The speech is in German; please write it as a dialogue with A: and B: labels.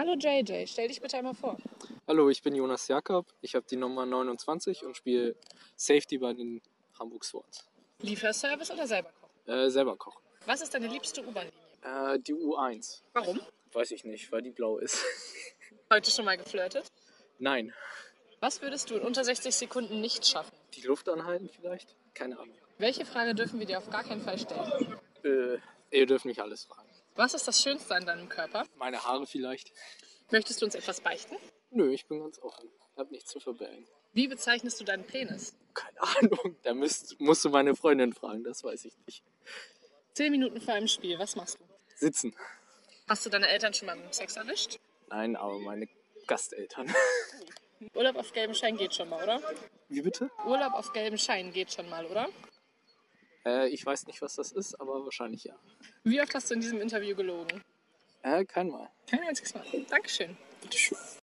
A: Hallo JJ, stell dich bitte einmal vor.
B: Hallo, ich bin Jonas Jakob. Ich habe die Nummer 29 und spiele Safety bei den Hamburg Swords.
A: Lieferservice oder selber kochen?
B: Äh, selber kochen.
A: Was ist deine liebste U-Bahn-Linie?
B: Äh, die U1.
A: Warum?
B: Weiß ich nicht, weil die blau ist.
A: Heute schon mal geflirtet?
B: Nein.
A: Was würdest du in unter 60 Sekunden nicht schaffen?
B: Die Luft anhalten vielleicht? Keine Ahnung.
A: Welche Frage dürfen wir dir auf gar keinen Fall stellen?
B: Äh, ihr dürft mich alles fragen.
A: Was ist das Schönste an deinem Körper?
B: Meine Haare vielleicht?
A: Möchtest du uns etwas beichten?
B: Nö, ich bin ganz offen. Hab nichts zu verbergen.
A: Wie bezeichnest du deinen Penis?
B: Keine Ahnung. Da müsst, musst du meine Freundin fragen, das weiß ich nicht.
A: Zehn Minuten vor einem Spiel, was machst du?
B: Sitzen.
A: Hast du deine Eltern schon mal mit Sex erwischt?
B: Nein, aber meine Gasteltern.
A: Urlaub auf gelbem Schein geht schon mal, oder?
B: Wie bitte?
A: Urlaub auf gelbem Schein geht schon mal, oder?
B: Äh, ich weiß nicht, was das ist, aber wahrscheinlich ja.
A: Wie oft hast du in diesem Interview gelogen?
B: Äh, kein Mal.
A: Kein einziges Mal. Dankeschön.
B: Bitteschön.